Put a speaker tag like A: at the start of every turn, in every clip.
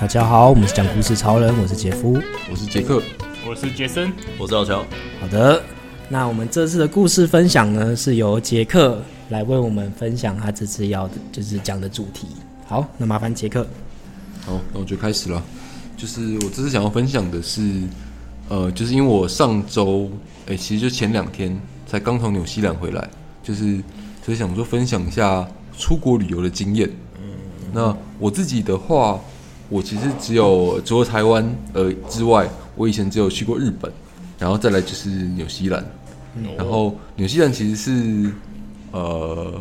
A: 大家好，我们是讲故事超人，我是杰夫。
B: 我是杰克，
C: 我是杰森，
B: 我是老乔。
A: 好的，那我们这次的故事分享呢，是由杰克来为我们分享他这次要的就是讲的主题。好，那麻烦杰克。
B: 好，那我就开始了。就是我这次想要分享的是，呃，就是因为我上周，哎、其实就前两天才刚从纽西兰回来，就是所以想说分享一下出国旅游的经验。那我自己的话，我其实只有除了台湾呃之外，我以前只有去过日本，然后再来就是纽西兰。然后纽西兰其实是呃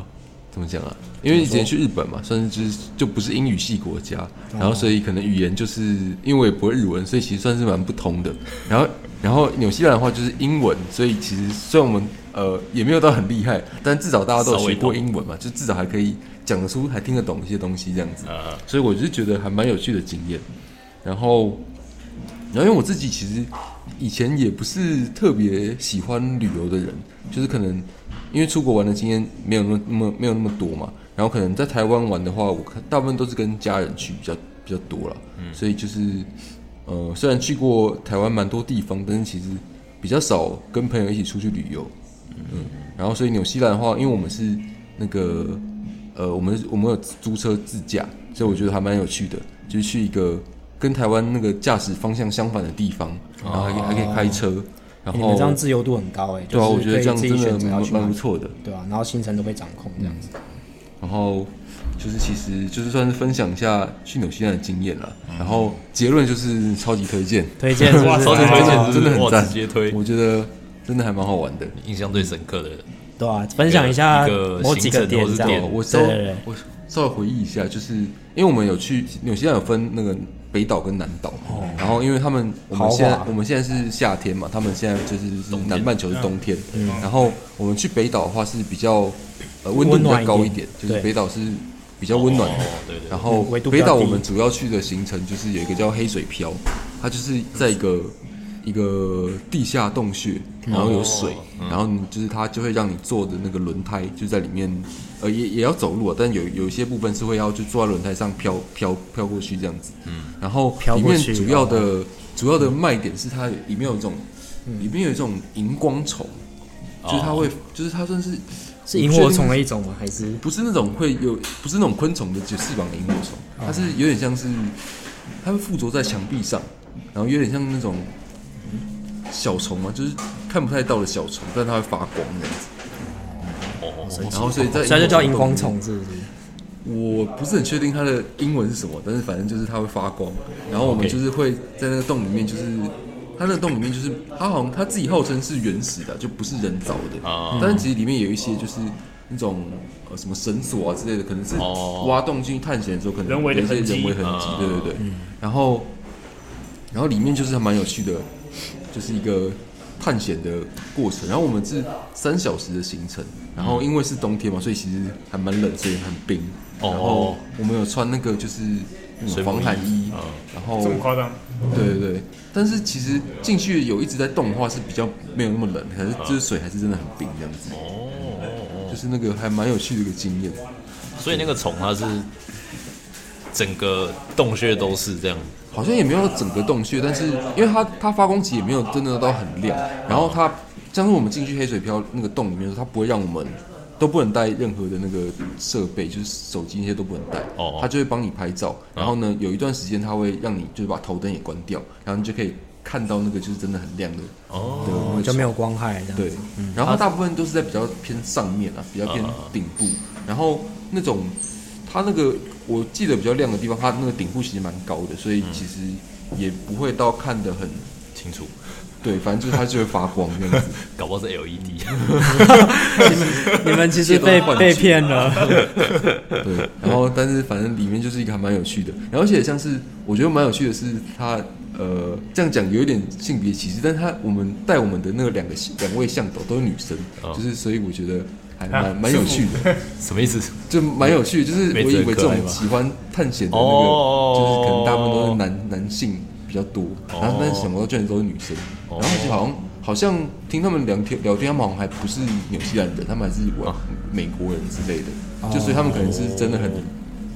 B: 怎么讲啊？因为以前去日本嘛，算是就是就不是英语系国家，
C: 哦
B: 然后所以可能语言就是因为我也不会日文，所以其实算是蛮不通 的。然后然后纽西兰的话就是英文，所以其实虽然我们呃也没有到很厉害，但至少大家都有
C: 稍
B: 学
C: 微
B: 过
C: 懂
B: 英文嘛，就至少还可以讲得出，还听得懂一些东西这样子。
C: 呃，
B: 所以我就是觉得还蛮有趣的经验。然后，然后因为我自己其实以前也不是特别喜欢旅游的人，就是可能因为出国玩的经验没有那么那么没有那么多嘛，然后可能在台湾玩的话，我看大部分都是跟家人去比较比较多了，所以就是呃，虽然去过台湾蛮多地方，但是其实比较少跟朋友一起出去旅游。然后所以纽西兰的话，因为我们是那个呃，我们我们有租车自驾，所以我觉得还蛮有趣的，就是去一个跟台湾那个驾驶方向相反的地方，然后还可以、还可以开车，
A: 哦
B: 然
A: 你们
B: 后
A: 这样自由度很高哎、
B: 对啊，我
A: 就是
B: 觉得这样
A: 可以
B: 真
A: 自己选
B: 的
A: 择要
B: 蛮
A: 去哪
B: 蛮
A: 里
B: 不，错嗯的。
A: 对啊，然后行程都被掌控这样子。
B: 然后就是其实就是算是分享一下去纽西兰的经验了，然后结论就是超级推荐，
A: 嗯推荐是不是
C: 哇超级推荐
A: 哦
B: 真的
C: 哇
B: 很赞，
C: 直接推
B: 我觉得真的还蛮好玩的。
D: 印象最深刻的
A: 对啊，分享一下
D: 一个
A: 某几个点
D: 行
A: 这
D: 程
A: 样
D: 或是
B: 对，
D: 点
A: 子。对对
B: 哦我稍
A: 对
B: 我稍微回忆一下，就是因为我们有去纽西兰有分那个北岛跟南岛，然后因为他们我
A: 哦豪
B: 们
A: 华
B: 现在我们现在是夏天嘛，他们现在就是南半球是
D: 嗯
B: 冬天，
A: 嗯
B: 然后我们去北岛的话是比较呃温度比较高
A: 温暖
B: 一点，
A: 一点
B: 就是北岛是比较温暖的，
D: 哦对对
B: 然后
A: 嗯纬度比
B: 北
A: 较
B: 岛
A: 低
B: 我们主要去的行程就是有一个叫黑水漂，它就是在一个一个地下洞穴，然后有水，然后你就是它就会让你坐的那个轮胎就在里面，呃也也要走路啊，但有有一些部分是会要就坐在轮胎上飘飘飘过去这样子，嗯，然后
A: 飘
B: 里
A: 过
B: 面
A: 去哦
B: 主要的、主要的卖点是它里面有一种、
A: 嗯
B: 里面有一种荧光虫，就是它会就是它算是
A: 是萤火虫的一种吗？还是
B: 不是那种会有，不是那种昆虫的有翅膀的萤火虫，它是有点像是，它会附着在墙壁上，然后有点像那种小虫嘛，就是看不太到的小虫，但它会发光这样子。
D: 哦，
B: 然后所以在
A: 所以它就叫
B: 萤
A: 荧
B: 火
A: 光
B: 洞
A: 虫，
B: 里
A: 是不是？
B: 我不是很确定它的英文是什么，但是反正就是它会发光。然后我们
D: OK
B: 就是会在那个洞里面，就是它那个洞里面就是它好像它自己号称是原始的，就不是人造的。
D: 啊
B: 但是其实里面有一些就是那种呃什么绳索啊之类的，可能是
D: 哦
B: 挖洞进去探险的时候可能
C: 人为的
B: 有一些
C: 痕迹嗯
B: 人为痕迹
D: 啊，
B: 对对对。然后然后里面就是还蛮有趣的，就是一个探险的过程。然后我们是三小时的行程，然后因为是冬天嘛，所以其实还蛮冷，所以很冰。
D: 哦
B: 然后我们有穿那个就是那种防寒衣，然后
C: 哦这么夸张？
B: 对对对。但是其实进去有一直在动的话是比较没有那么冷，可是就是水还是真的很冰这样子，
D: 哦，
B: 就是那个还蛮有趣的一个经验。
D: 所以那个虫它是整个洞穴都是这样，
B: 好像也没有整个洞穴，但是因为它它发光期也没有真的到很亮，然后它像是我们进去黑水漂那个洞里面的时候，它不会让我们都不能带任何的那个设备，就是手机那些都不能带，
D: 哦哦
B: 它就会帮你拍照，然后呢有一段时间它会让你就是把头灯也关掉，然后你就可以看到那个就是真的很亮的哦，对那个
A: 就没有光害这样子。
B: 对，然后它大部分都是在比较偏上面啊，比较偏顶部。然后那种它那个我记得比较亮的地方，它那个顶部其实蛮高的，所以其实也不会到看得很
D: 清楚，
B: 对，反正就是它就会发光这样子。
D: 搞不好是 E LED，
A: 你们其实 被
B: 一切都是
A: 被骗 了。
B: 对，然后但是反正里面就是一个还蛮有趣的，然后而且像是我觉得蛮有趣的是它。呃，这样讲有一点性别歧视，但是他我们带我们的那个两个两位向导都是女生，
D: 哦
B: 就是所以我觉得还
C: 啊
B: 蛮蛮有趣的。
D: 什么意思？
B: 就蛮有趣的，就是我
D: 妹子
B: 以
D: 很
B: 为这
D: 可爱
B: 种
D: 吧
B: 喜欢探险的那个，
D: 哦哦
B: 就是可能大部分都是男男性比较多，然后但是想不到居然都是女生，然后就好像好像听他们聊天聊天，他们好像还不是纽西兰人，他们还是玩
D: 哦
B: 美国人之类的，
A: 哦
B: 就所以他们可能是真的很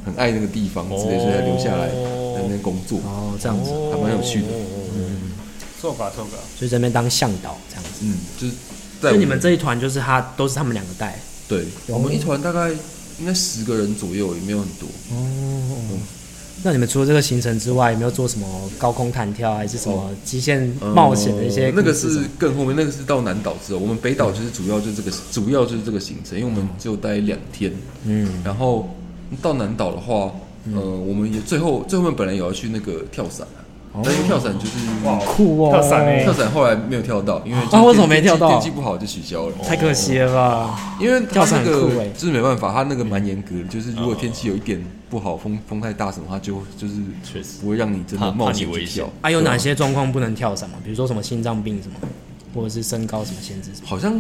B: 很爱那个地方之类，所以才留下来在那边工作，
A: 哦，这样子，
B: 还蛮有趣的。
D: 哦
C: 做法做法，
A: 就在那边当向导这样子。
B: 嗯，就是在
A: 所以你
B: 我
A: 们这一团就是他，都是他们两个带。
B: 对，我们一团大概应该十个人左右，也没有很多。
A: 那你们除了这个行程之外，有没有做什么高空弹跳，还是什么极限冒险的一些
B: 呃那个
A: 故事什
B: 是
A: 么
B: 更后面，那个是到南岛之后，我们北岛就是主要就是这个主要就是这个行程，因为我们就待两天，
A: 嗯，
B: 然后到南岛的话，呃，我们也最后最后面本来也要去那个跳伞啊，
A: 哦
B: 但因为跳伞就是
A: 酷哦，
C: 跳伞欸
B: 跳伞后来没有跳到，因为就是
A: 啊为什么
B: 天
A: 没跳到
B: 天气不好就取消了。
A: 太可惜了 吧？
B: 因为它
A: 跳伞
B: 那
A: 很
B: 个
A: 酷欸嗯
B: 就是没办法，它那个蛮严格的，就是如果天气有一点不好，风风太大什么，它就就是
D: 确实
B: 不会让你真的
D: 怕
B: 冒
D: 怕你
B: 险去
D: 危险
B: 跳。
A: 啊，有哪
B: 对
A: 些状况不能跳伞吗？比如说什么心脏病什么，或者是身高什么限制什么？
B: 好像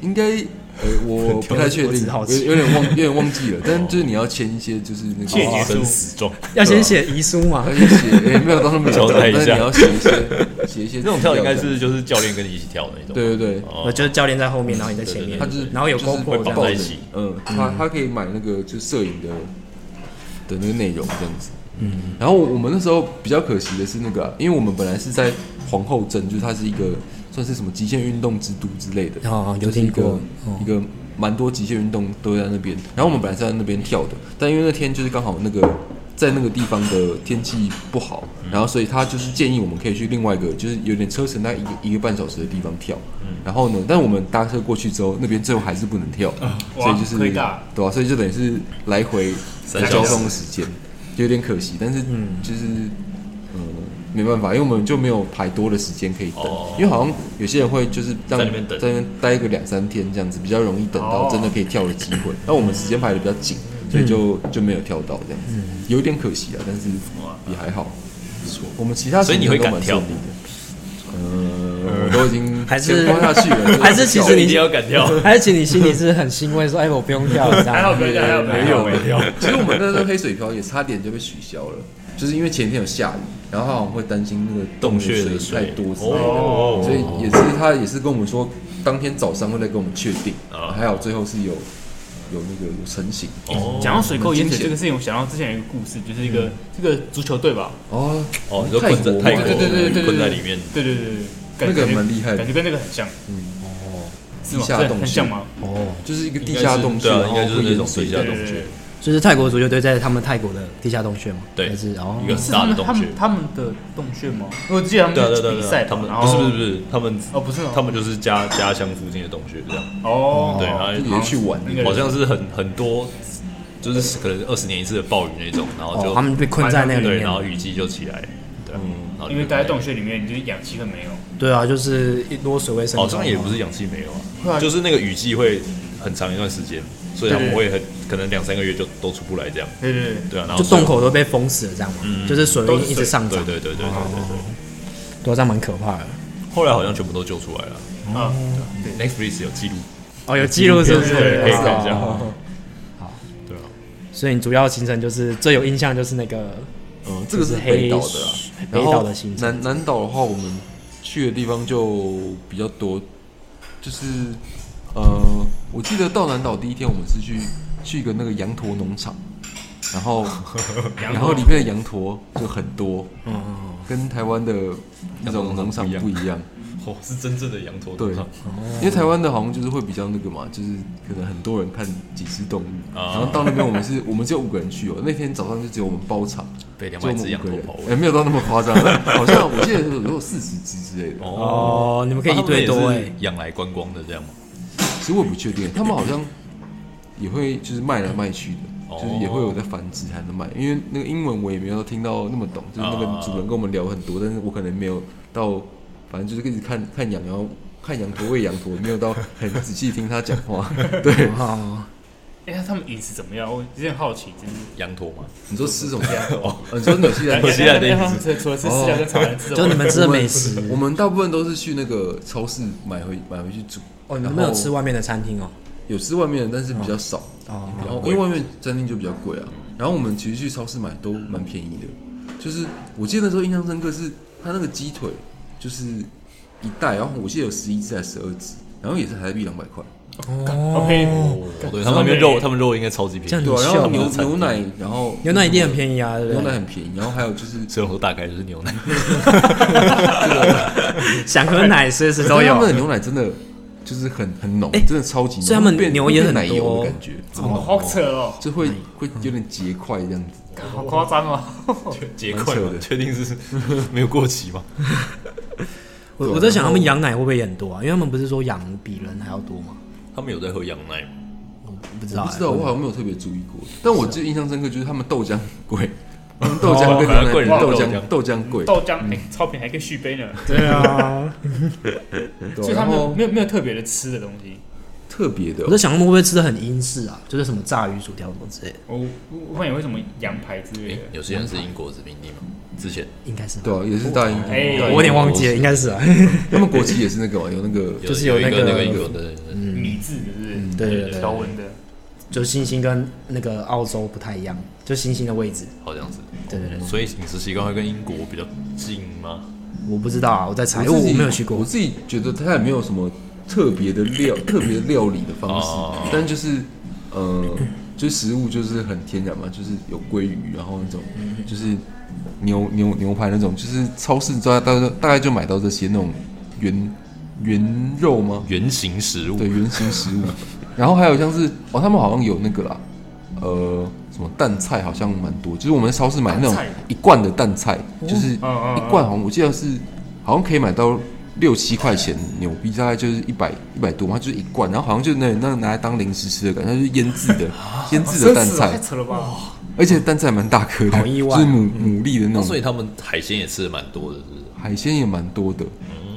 B: 应该呃， 我不太确
A: 我
B: 定，
A: 只好
B: 有
A: 奇
B: 有点忘，有点忘记了。但就是你
D: 哦
B: 要签一些，就是那个
C: 切结束
D: 生死哦状，
A: 要先写遗书嘛
B: 而？且写也没有到那么严重
D: 交代一
B: 但是
D: 下
B: 你要写一 些写一些
D: 那种跳应该
B: 资料
D: 是就是教练跟你一起跳的那种。
B: 这样对对对，
D: 哦，
A: 我就是教练在后面，然后你在前面
B: 他就是，
A: 然后有
B: 就是
A: GoPro
B: 会
A: 这
B: 绑
A: 样
B: 在
A: 子。
B: 一起，嗯，他他可以买那个就是摄影的的那个内容这样子。嗯，然后我们那时候比较可惜的是那个啊、因为我们本来是在皇后镇，就是它是一个算是什么极限运动之都之类的，
A: 哦哦有
B: 就是一
A: 听
B: 个
A: 过哦
B: 一个蛮多极限运动都在那边。然后我们本来是在那边跳的，但因为那天就是刚好那个在那个地方的天气不好，
D: 嗯
B: 然后所以他就是建议我们可以去另外一个就是有点车程大概一个一个半小时的地方跳。
D: 嗯
B: 然后呢，但我们搭车过去之后，那边最后还是不能跳，
D: 嗯
B: 所以就是
C: 哇亏
B: 对
C: 大
B: 吧、所以就等于是来回
D: 三小时嗯
B: 交通的时间，就有点可惜。但是就是呃没办法，因为我们就没有排多的时间可以等，
D: 哦
B: 因为好像有些人会就是让
D: 在那边等
B: 在那边待个两三天这样子，比较容易等到
C: 哦
B: 真的可以跳的机会。那、我们时间排的比较紧，所以就、就没有跳到这样子，有点可惜啊，但是也还好。我们其他
D: 所以你会
B: 行程都
D: 敢
B: 蛮
D: 跳
B: 顺利的。呃，我都已经
A: 还是
B: 跳下去了，就是
A: 还是其实
D: 一
A: 你
D: 定要敢跳，
A: 而且你心里是很欣慰，说：“哎，我不用跳了。”这
C: 还好
A: 样
C: 没有，还好
B: 没有没
C: 有
B: 有。其实我们那时候黑水漂也差点就被取消了，就是因为前一天有下雨，然后他好像会担心那个
D: 洞
B: 洞
D: 穴
B: 穴
D: 的
B: 的
D: 水
B: 水太多之类的，
D: 哦
B: 所以也是他也是跟我们说，当天早上会再跟我们确定
D: 哦，
B: 还好最后是有有那个有成型
D: 哦
C: 讲到水沟淹
B: 很惊
C: 水
B: 险
C: 这个事情，我想到之前有一个故事，就是一个这个足球队吧，
B: 哦
D: 哦，你说
B: 泰
D: 困
B: 国
D: 在
B: 吗
D: 泰
C: 对
D: 国
C: 对对对对，
D: 困在里面，
C: 对对对对，
B: 那
C: 感
B: 个
C: 觉
B: 蛮厉害的
C: 感觉跟那个很像，嗯哦，是吗？
B: 地下
C: 是
B: 洞
C: 很
B: 穴
C: 像吗？
A: 哦，
B: 就是一个地下洞穴，
D: 应
B: 然
D: 该是对啊
B: 后
D: 应该就是
B: 会
D: 那
B: 淹
D: 种
B: 水
D: 地
B: 这
D: 下
C: 对
B: 样
D: 洞
C: 对对，
A: 就是泰国足球队在他们泰国的地下洞穴嘛？
D: 对
A: 还是哦
D: 一，个
C: 是
D: 很
C: 他
D: 大的
C: 们
D: 洞
C: 他
D: 穴
C: 们。他们的洞穴吗？我记得他们
D: 对啊对
C: 是
D: 啊对啊
C: 比
D: 对啊
C: 赛吧，
D: 他们
C: 然
D: 不
C: 后
D: 是不是不是，他们
C: 哦不是哦
D: 他们就是家家乡附近的洞穴这样。
C: 哦，
D: 对，然后
B: 就也是去玩
C: 那个
D: 好像是很很多，就是可能二十年一次的暴雨那种，然后就、
A: 哦，他们被困在那个里
D: 对，
A: 面
D: 然后
A: 嘛。
D: 雨季就起来，对，然后就
C: 因为待在洞穴里面，你就是氧气会没有，
A: 对啊，就是一多水位升高
D: 好
A: 嘛，
D: 哦像也不是氧气没
C: 会
D: 有
C: 啊
D: 啊，就是那个雨季会很长一段时间，所以他们
C: 对
D: 会很可能两三个月就都出不来这样，
C: 对对对，
D: 对啊，然后
A: 就洞口都被封死了这样嘛，就是水位一直上
D: 嗯对
A: 涨，啊
D: 对对对对对
C: 哦
D: 对，
A: 多这样蛮可怕的。
D: 后来好像全部都救出来了
C: 啊，
D: ，Netflix 有记录，
A: 哦，有记录是不是？
C: 对对对
D: 可以看一下
A: 哦
D: 对啊，
A: 所以你主要行程就是最有印象就是那个
B: 嗯，这个是
A: 就是
B: 北岛
A: 黑
B: 的啦，
A: 北
B: 然
A: 岛
B: 后
A: 的行程
B: 南南岛的话，我们去的地方就比较多，就是呃，我记得到南岛第一天，我们是去去一个那个羊驼农场，然 后然后里面的羊驼就很多，
A: 嗯，
B: 跟台湾的那种农场不一样。
D: 哦，是真正的羊驼
B: 对
D: 农场，
B: 因为台湾的好像就是会比较那个嘛，就是可能很多人看几只动物，
D: 啊
B: 然后到那边我们是我们只有五个人去哦，那天早上就只有我们包场，
D: 被两
B: 就
D: 百
B: 我们
D: 只羊
B: 五个
D: 驼
B: 人
D: 跑，
B: 哎、
D: 完，
B: 没有到那么夸张，好像我记得有有四十只之类的，
A: 哦，你们可以一堆多哎，
D: 养来观光的这样吗？
B: 其实我也不确定，他们好像也会就是卖来卖去的。
D: 哦
B: 就是也会有在繁殖，还能卖，因为那个英文我也没有听到那么懂，就是那个
D: 啊
B: 主人跟我们聊很多，但是我可能没有到，反正就是一直看看羊，然后看羊驼喂羊驼，没有到很仔细听他讲 话。对，
A: 哦，
C: 哎，他们饮食怎么样？我有点好奇，就是
D: 羊驼吗？
B: 你说吃什么？ 哦，你说纽西兰
D: 纽西兰的饮食
C: 食，除了吃饲料跟草原之外，
A: 就你们吃的美食
B: 我们大部分都是去那个超市买回买回去煮。
A: 哦，你
B: 然
A: 们
B: 后
A: 没有吃外面的餐厅哦，
B: 有吃外面的，但是比较少。
A: 哦
B: 然后因为外面餐厅就比较贵啊。然后我们其实去超市买都蛮便宜的，就是我记得那时候印象深刻是它那个鸡腿，就是一袋，然后我记得有十一只还是十二只，然后也是台币两百块。
A: 哦，
C: OK，
D: 哦对他们那边肉，他们肉应该超级便
A: 这样
D: 宜
A: 你。
B: 对、啊，然
A: 笑
B: 后
A: 了
B: 牛牛奶，然后
A: 牛奶一定很便宜啊，对
B: 牛
A: 不
B: 奶
A: 对？
B: 很便宜，然后还有就是
D: 虽然我大概就是牛奶，
A: 想喝奶随时都
B: 可是啊哎他
A: 有
B: 们。的牛奶真的就是很很浓，真的超级浓，
A: 哎所以他们
B: 会变
A: 牛也
B: 会
A: 很
B: 变奶油
A: 多
B: 的感觉，
C: 哦好扯哦，
B: 就会会有点结块这样子。
C: 好夸张哦。
D: 结
B: 蛮
D: 块
B: 扯
D: 吗
B: 的？
D: 确定是 没有过期吗？啊
A: 我
B: 对
A: 我在想
B: 然
A: 他
B: 后
A: 们养奶会不会也很多啊？因为他们不是说养比人还要多吗？
D: 他们有在喝羊奶吗？
A: 我不知
B: 我
A: 道
B: 不
A: 欸，
B: 知道，我好像没有特别注意过，但我记得印象深刻就是他们豆浆贵，他们豆浆跟
D: 哦贵
B: 牛
D: 人
B: 奶
D: 家
B: 豆浆豆
D: 豆浆
B: 浆贵，
C: 豆浆哎，超便宜还可以续杯呢，
A: 对啊，
B: 嗯对
C: 所以他
B: 然
C: 们
B: 后
C: 没有没有特别的吃的东西。
B: 特别的
A: 我在想他们会不会吃的很英式啊？就是什么炸鱼薯条什么之类的，
C: 我哦我我问你为什么羊排之类
D: 哎
C: 的，？
D: 有些人是英国殖民地吗？之前
A: 应该是吧
B: 对、啊，也是大英，
C: 哎
B: 大英
A: 哦我有点忘记了，应该是啊。
B: 他们国旗也是那个嘛，有那个
A: 就是有
D: 有
A: 那
D: 一
A: 个
D: 那个英国的，对对
B: 嗯
D: 对
C: 米字是不是？
A: 对对对
C: 条纹的。
A: 就是星星跟那个澳洲不太一样，就星星的位置。
D: 好像是。
A: 对对对，
D: 所以饮食习惯会跟英国比较近吗？
A: 我不知道啊，我在猜，因
B: 我
A: 为
B: 自己
A: 我没有去过
B: 我。自己觉得它也没有什么特别的 料、特别的料理的方式，
D: 哦
B: 但就是呃，就是食物就是很天然嘛，就是有鲑鱼，然后那种
A: 嗯
B: 就是牛牛牛排那种，就是超市大大大概就买到这些那种原原肉吗？
D: 圆形食物
B: 对，原形食物。然后还有像是哦，他们好像有那个啦，呃，什么蛋菜好像蛮多，就是我们在超市买那
C: 蛋
B: 种
C: 菜
B: 一罐的蛋菜，就是一
C: 嗯嗯嗯
B: 罐好像我记得是好像可以买到六七块钱纽币，大概就是一百一百多嘛，它就是一罐，然后好像就那那拿来当零食吃的感觉，它就是腌制的腌制的蛋
C: 奢侈了太
B: 菜，
C: 扯了吧？
B: 而且蛋菜蛮大颗的，
A: 好意外
B: 就是牡牡蛎的那
D: 那
B: 种
D: 哦所以他们海鲜也吃的蛮多的，是不是？
B: 海鲜也蛮多的，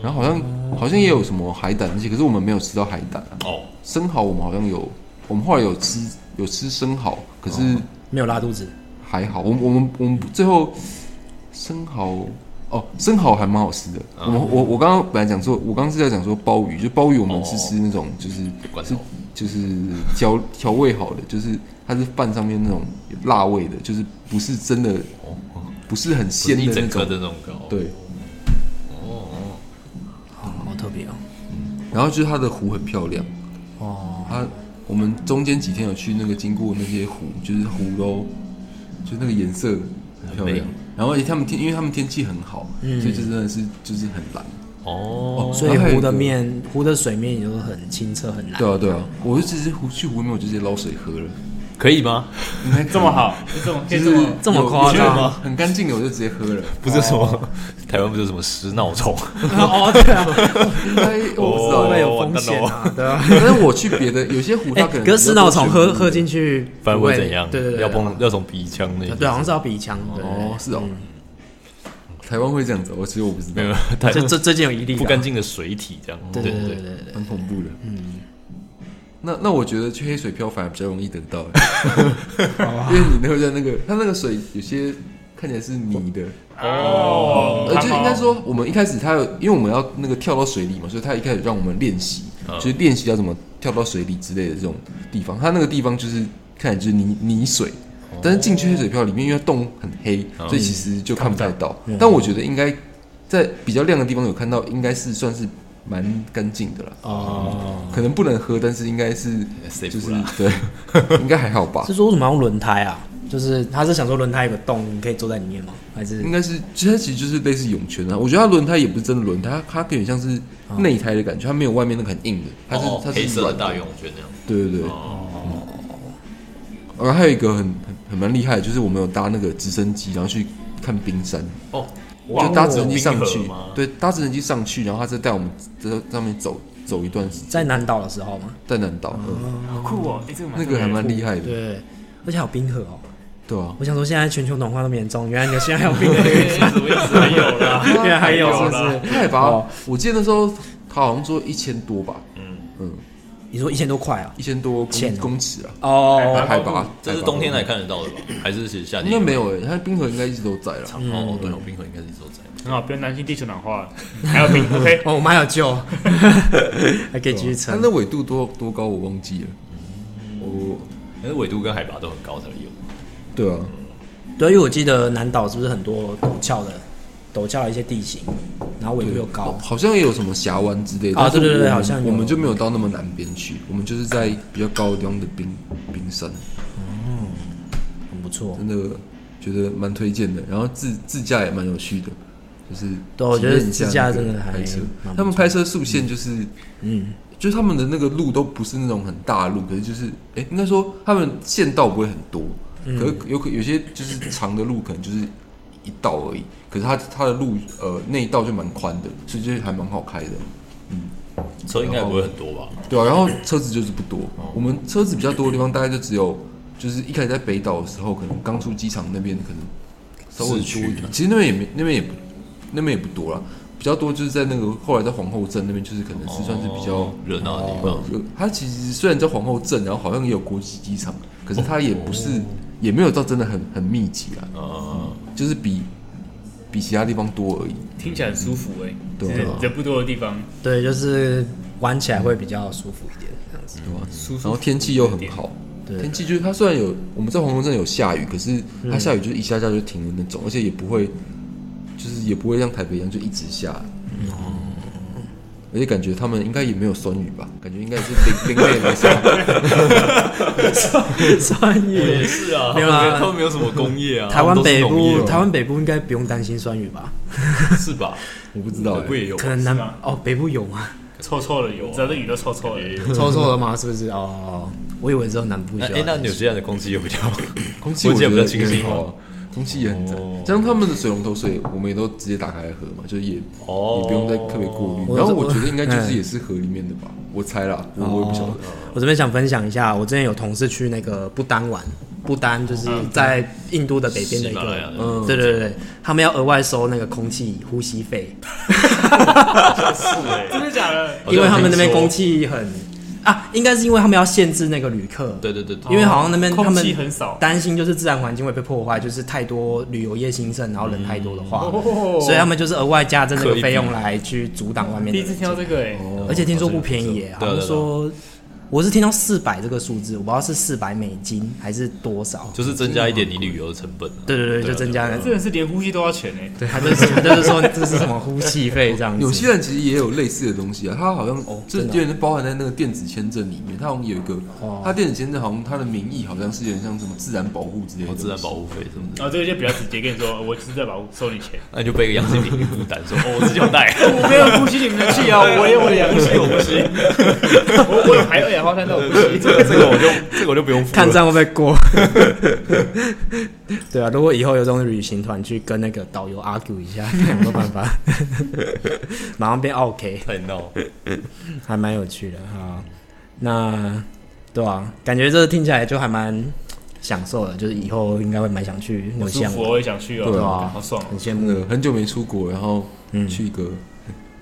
B: 然后好像好像也有什么海胆那些，可是我们没有吃到海胆啊。
D: 哦，
B: 生蚝我们好像有，我们后来有吃有吃生蚝，可是
D: 哦
A: 没有拉肚子，
B: 还好。我们我们我们最后生蚝哦，生蚝还蛮好吃的。
D: 啊
B: 我们我我刚刚本来讲说，我刚刚是在讲说鲍鱼，就鲍鱼我们是
D: 哦
B: 吃那种就是
D: 罐
B: 是
D: 头
B: 就是调调味好的，就是它是饭上面那种辣味的，就是不是真的不是很
D: 哦不是
B: 鲜
D: 一
B: 的那
D: 整颗
B: 种，
D: 的那种哦糕。
B: 对。
A: 好好特别哦。
B: 然后就是它的湖很漂亮，
A: 哦，
B: 它啊我们中间几天有去那个经过那些湖，就是湖都就那个颜色很漂
D: 很
B: 亮
D: 美。
B: 然后而且他们天，因为他们天气很好，所以就真的是就是很蓝。
D: 哦，
A: 嗯所以
B: 然后还有
A: 湖的
B: 一个
A: 面，湖的水面也就很清澈很蓝。
B: 对啊对啊，我就直接湖去湖里面我就直接捞水喝了，
D: 可以吗？
B: 应该可以
C: 这么，好，就这种
B: 就
C: 可以这
B: 是
C: 么
A: 这么
B: 有
A: 夸张
B: 有有很干净的我就直接喝了。
D: 不是什么哦台湾不是什么食闹虫，
A: 哦，对啊，
B: 哎，我不知
A: 会不会
B: 道，
A: 有风险啊？对啊。
B: 但是我去别的有些湖它
A: 哎，
B: 可能
A: 可是死脑虫喝喝
B: 进
A: 进去，
D: 反正会怎样？
A: 对对对，
D: 要碰要从鼻腔那
A: 对。
D: 里。
A: 对，好 像是要鼻腔。对
B: 哦，，是
A: 嗯
B: 哦，台湾会这样子哦，我其实我不知道
D: 没，有，
A: 对
D: 台
A: 对这这最近有一例啊，
D: 不干净的水体这样。
A: 对
D: 对
A: 对对对
D: 对，
A: 对对。
B: 很恐怖的。嗯，那那我觉得去黑水漂反而比较容易得 到，因为你那个在那个它那个水有些看起来是泥的，
C: 哦
B: 呃，就是应该说我们一开始它有，因为我们要那个跳到水里嘛，所以它一开始让我们练习，
C: 哦
B: 就是练习要怎么跳到水里之类的这种地方。它那个地方就是看起来就是泥泥水。
C: 哦
B: 但是进去黑水漂里面，因为洞很黑，所以其实就看不太到。嗯但我觉得应该在比较亮的地方有看到，应该是算是蛮干净的了。
A: 哦，
B: 可能不能喝，但是应该是
D: safe
B: 就是
D: 啦
B: 对， 应该还好吧
A: 是。说为什么要用轮胎啊？就是他是想说轮胎有个洞，你可以坐在里面吗？还是
B: 应该是，其实它其实就是类似泳圈啊。我觉得它轮胎也不是真的轮胎，它它有点像是内胎的感觉，它没有外面那个很硬的，它是、
D: 哦
B: 它
D: 黑
B: 是
D: 色
B: 软
D: 的大。泳圈那样。
B: 对对对。哦。然后还有一个很很很蛮厉害的，就是我们有搭那个直升机，然后去看冰山，
D: 哦，
B: 就搭直升机上去
D: 冰河吗，
B: 对，搭直升机上去，然后他再带我们在上面走走一段时间，
A: 在南岛的时候吗？
B: 在南岛，嗯，
C: 好酷哦！哎，这个蛮
B: 那个还蛮厉害
D: 嗯
B: 的，
A: 对，而且还有冰河哦。
B: 对啊，
A: 我想说，现在全球暖化那么严重，原来纽西兰还有冰河可 以看，
C: 什么意思？没有啦，
A: 原来还有
C: 有
A: 是不
C: 啦
A: 是？
B: 太
A: 哦
B: 吧，我记得那时候他好像说一千多吧，
D: 嗯，
B: 嗯，
A: 你说一千多块啊？
B: 一千多
A: 千
B: 公
A: 哦
B: 公尺啊，
A: 哦，
B: 海拔，
D: 这是
B: 海拔
D: 冬天才看得到的吧？还是是夏
B: 应
D: 天？
B: 该没有诶，它冰河应该一直都在了。
A: 嗯
D: 哦，对，冰河应该是一直都在。
C: 很好，不用担心地球暖化， 还有冰 OK。
A: 哦，我们还有救， 还可以继续
B: 它
A: 撑。
B: 那纬度多多高我忘记了，
A: 嗯
B: 我
D: 但是纬度跟海拔都很高才有。
B: 对啊，
A: 对，因为我记得南岛是不是很多陡峭的陡峭的一些地形，然后纬度又高
B: 好，好像也有什么峡湾之类的
A: 啊
B: 但是
A: 对对对
B: 我们
A: 好像有
B: 我们就没有到那么南边去，我们就是在比较高的地方的冰冰山，
A: 很不错。
B: 真的觉得蛮推荐的。然后自自驾也蛮有趣的，就是
A: 对我觉得
B: 体验一下
A: 自驾
B: 那个
A: 真的还
B: 拍摄
A: 蛮不错，
B: 他们拍摄速线就是
A: 嗯，
B: 就是他们的那个路都不是那种很大的路，可是就是，哎、应该说他们线道不会很多，
A: 嗯
B: 可是有可有些就是长的路可能就是一道而已，可是它它的路呃那一道就蛮宽的，所以就还蛮好开的，
D: 车应该不会很多吧？
B: 对啊，然后车子就是不多，我们车子比较多的地方大概就只有就是一开始在北岛的时候，可能刚出机场那边可能稍微
D: 市区啊
B: 多一点，其实那边也没那边也不那边也不多啦，比较多就是在那个后来在皇后镇那边，就是可能是算是比较。
D: 哦热闹的地方，
B: 有它其实虽然叫皇后镇，然后好像也有国际机场，可是它也不是，
D: 哦
B: 也没有到真的很很密集啦，
D: 呃，
B: 就是比比其他地方多而已。
C: 听起来很舒服哎、
B: 对
C: 就是
B: 啊
C: 人不多的地方，
A: 对，就是玩起来会比较舒服一点，这样子。
C: 舒舒服服
B: 然后天气又很
C: 一点，
B: 好，
A: 对
B: 天气就是它虽然有我们在皇后镇有下雨，可是它下雨就是一下下就停的那种，而且也不会，就是也不会像台北一样就一直下。而且感觉他们应该也没有酸雨吧？感觉应该也是零零类没下。
A: 酸雨，
D: 嗯是啊
A: 没有啦
D: 他们没有什么工业啊，
A: 台湾
D: 他们都是
A: 北
D: 农业
A: 部，
D: 啊
A: 台湾北部应该不用担心酸雨吧？
D: 是吧？
B: 我不知道、
D: 北部
B: 欸，
D: 也有
A: 可能南
C: 是吗
A: 哦，北部有 吗？
C: 臭臭的有，整个雨都臭臭的。
A: 抽错了吗？是不是？哦，我以为只有啊南部需
D: 那
A: 要
D: 哎、
A: 担心。
D: 那纽西兰的空气又比较，
B: 空气
D: 我
B: 我
D: 记
B: 觉
D: 得比
B: 得
D: 较清
B: 也
D: 新
B: 很好啊，空气也很赞
D: 哦。
B: 像他们的水龙头水，我们也都直接打开来喝嘛，就是也也
D: 哦
B: 不用再特别过滤。
A: 我
B: 然后
A: 我
B: 我觉得应该就
A: 哎
B: 是也是河里面的吧，我猜啦，我我也不晓得。
A: 我这边想分享一下，我之前有同事去那个不丹玩，不丹就是在印度的北边的一
D: 嗯喜马拉雅
A: 个
D: 的，
A: 嗯对对对对，他们要额外收那个空气呼吸费，
C: 真的假的？
D: 好像
A: 因为他们那边
D: 听说
A: 空气很啊，应该是因为他们要限制那个旅客，
D: 对对对对，哦
A: 因为好像那边他
C: 哦空
A: 们
C: 气很少
A: 担心就是自然环境会被破坏，就是太多旅游业兴盛，然后人太多的话，
C: 哦
A: 所以他们就是额外加征那个费用来去阻挡外面
C: 第
A: 的
C: 一次
A: 人
C: 听
A: 进
C: 到
A: 来。
C: 这个哎、
B: 哦
C: 哦
A: 而且听说不便宜耶，
D: 对
A: 好
D: 啊
A: 像说我是听到四百这个数字，我不知道是四百美金还是多少。
D: 就是增加一点你旅游的成本、啊。
A: 对对对，就增 加了。
C: 真的是连呼吸都要钱哎、
A: 对，他就是他就是说这是什么呼气费这样
B: 纽
A: 子。
B: 西兰其实也有类似的东西啊，它好像
A: 嗯哦
B: 这
A: 真
B: 有
A: 的啊
B: 点包含在那个电子签证里面，它好像有一个
A: 哦，
B: 它电子签证好像它的名义好像是有点像什么自然保护之类
D: 然
A: 哦
B: 的
D: 后
B: 东西，
D: 自然保护费什么的，
C: 然后这个就比较直接跟你说，我只是在保护收你钱，
D: 那你就背个氧气瓶去负担，说哦，我自己有带，
C: 我没有呼吸你们的气啊，我有我的氧气，我不吸，我我有排二氧化碳，但我不吸。
D: 这个这个我就这个我就不用付
A: 看这
D: 了。
A: 样会不会过？ 对啊，如果以后有这种旅行团去跟那个导游 argue 一下， 看有没有办法，马上变 OK，
D: 太闹，
A: 还蛮有趣的啊。那对啊，感觉这听起来就还蛮享受的，就是以后应该会蛮想去纽西
C: 舒
A: 兰
C: 服，
A: 玩，
C: 我也想去哦，
A: 对啊
C: 好爽哦！
A: 很羡
B: 真
A: 慕。
B: 的很久没出国，然后
A: 嗯
B: 去一个很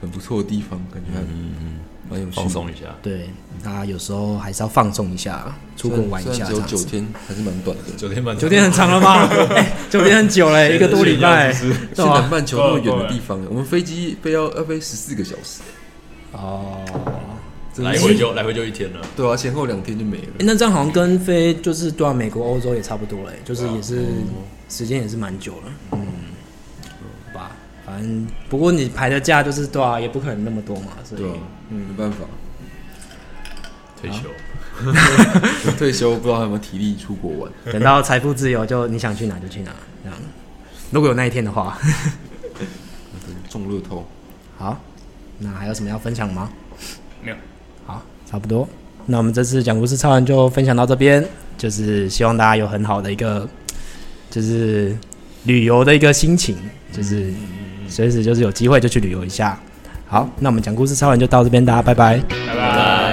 B: 很不错的地方，感觉还蛮有趣的
D: 放松一下，
A: 对，那有时候还是要放纵一下，出国玩一
B: 虽
A: 下
B: 然
A: 这
B: 只有
A: 样
B: 九
A: 子。啊
B: 天，还是蛮短的。
D: 九天半
A: 九天很长了吧？哎九天很久嘞，一个多礼拜，
B: 去
A: 对啊
B: 南
A: 吧？
B: 半球那么远的地
A: 啊
B: 方，我们飞机飞要要飞十四个小时，
A: 哦，
B: 真的
D: 来回就来回就一天了。
B: 对啊，前后两天就没了
A: 哎。那这样好像跟飞就是对啊，美国、欧洲也差不多嘞，就是也是时间也是蛮久了，嗯，吧，反正不过你排的假就是对啊，也不可能那么多嘛，所以
B: 对啊，
A: 嗯
B: 没办法，
D: 退休，
B: 退休不知道还有没有体力出国玩。
A: 等到财富自由就你想去哪就去哪，这样。如果有那一天的话，
B: 中乐透，
A: 好，那还有什么要分享吗？
C: 没有，
A: 好，差不多。那我们这次讲故事超人就分享到这边，就是希望大家有很好的一个，就是旅游的一个心情，就是随时就是有机会就去旅游一下。好，那我们讲故事超人就到这边，大家拜拜。
C: 拜拜。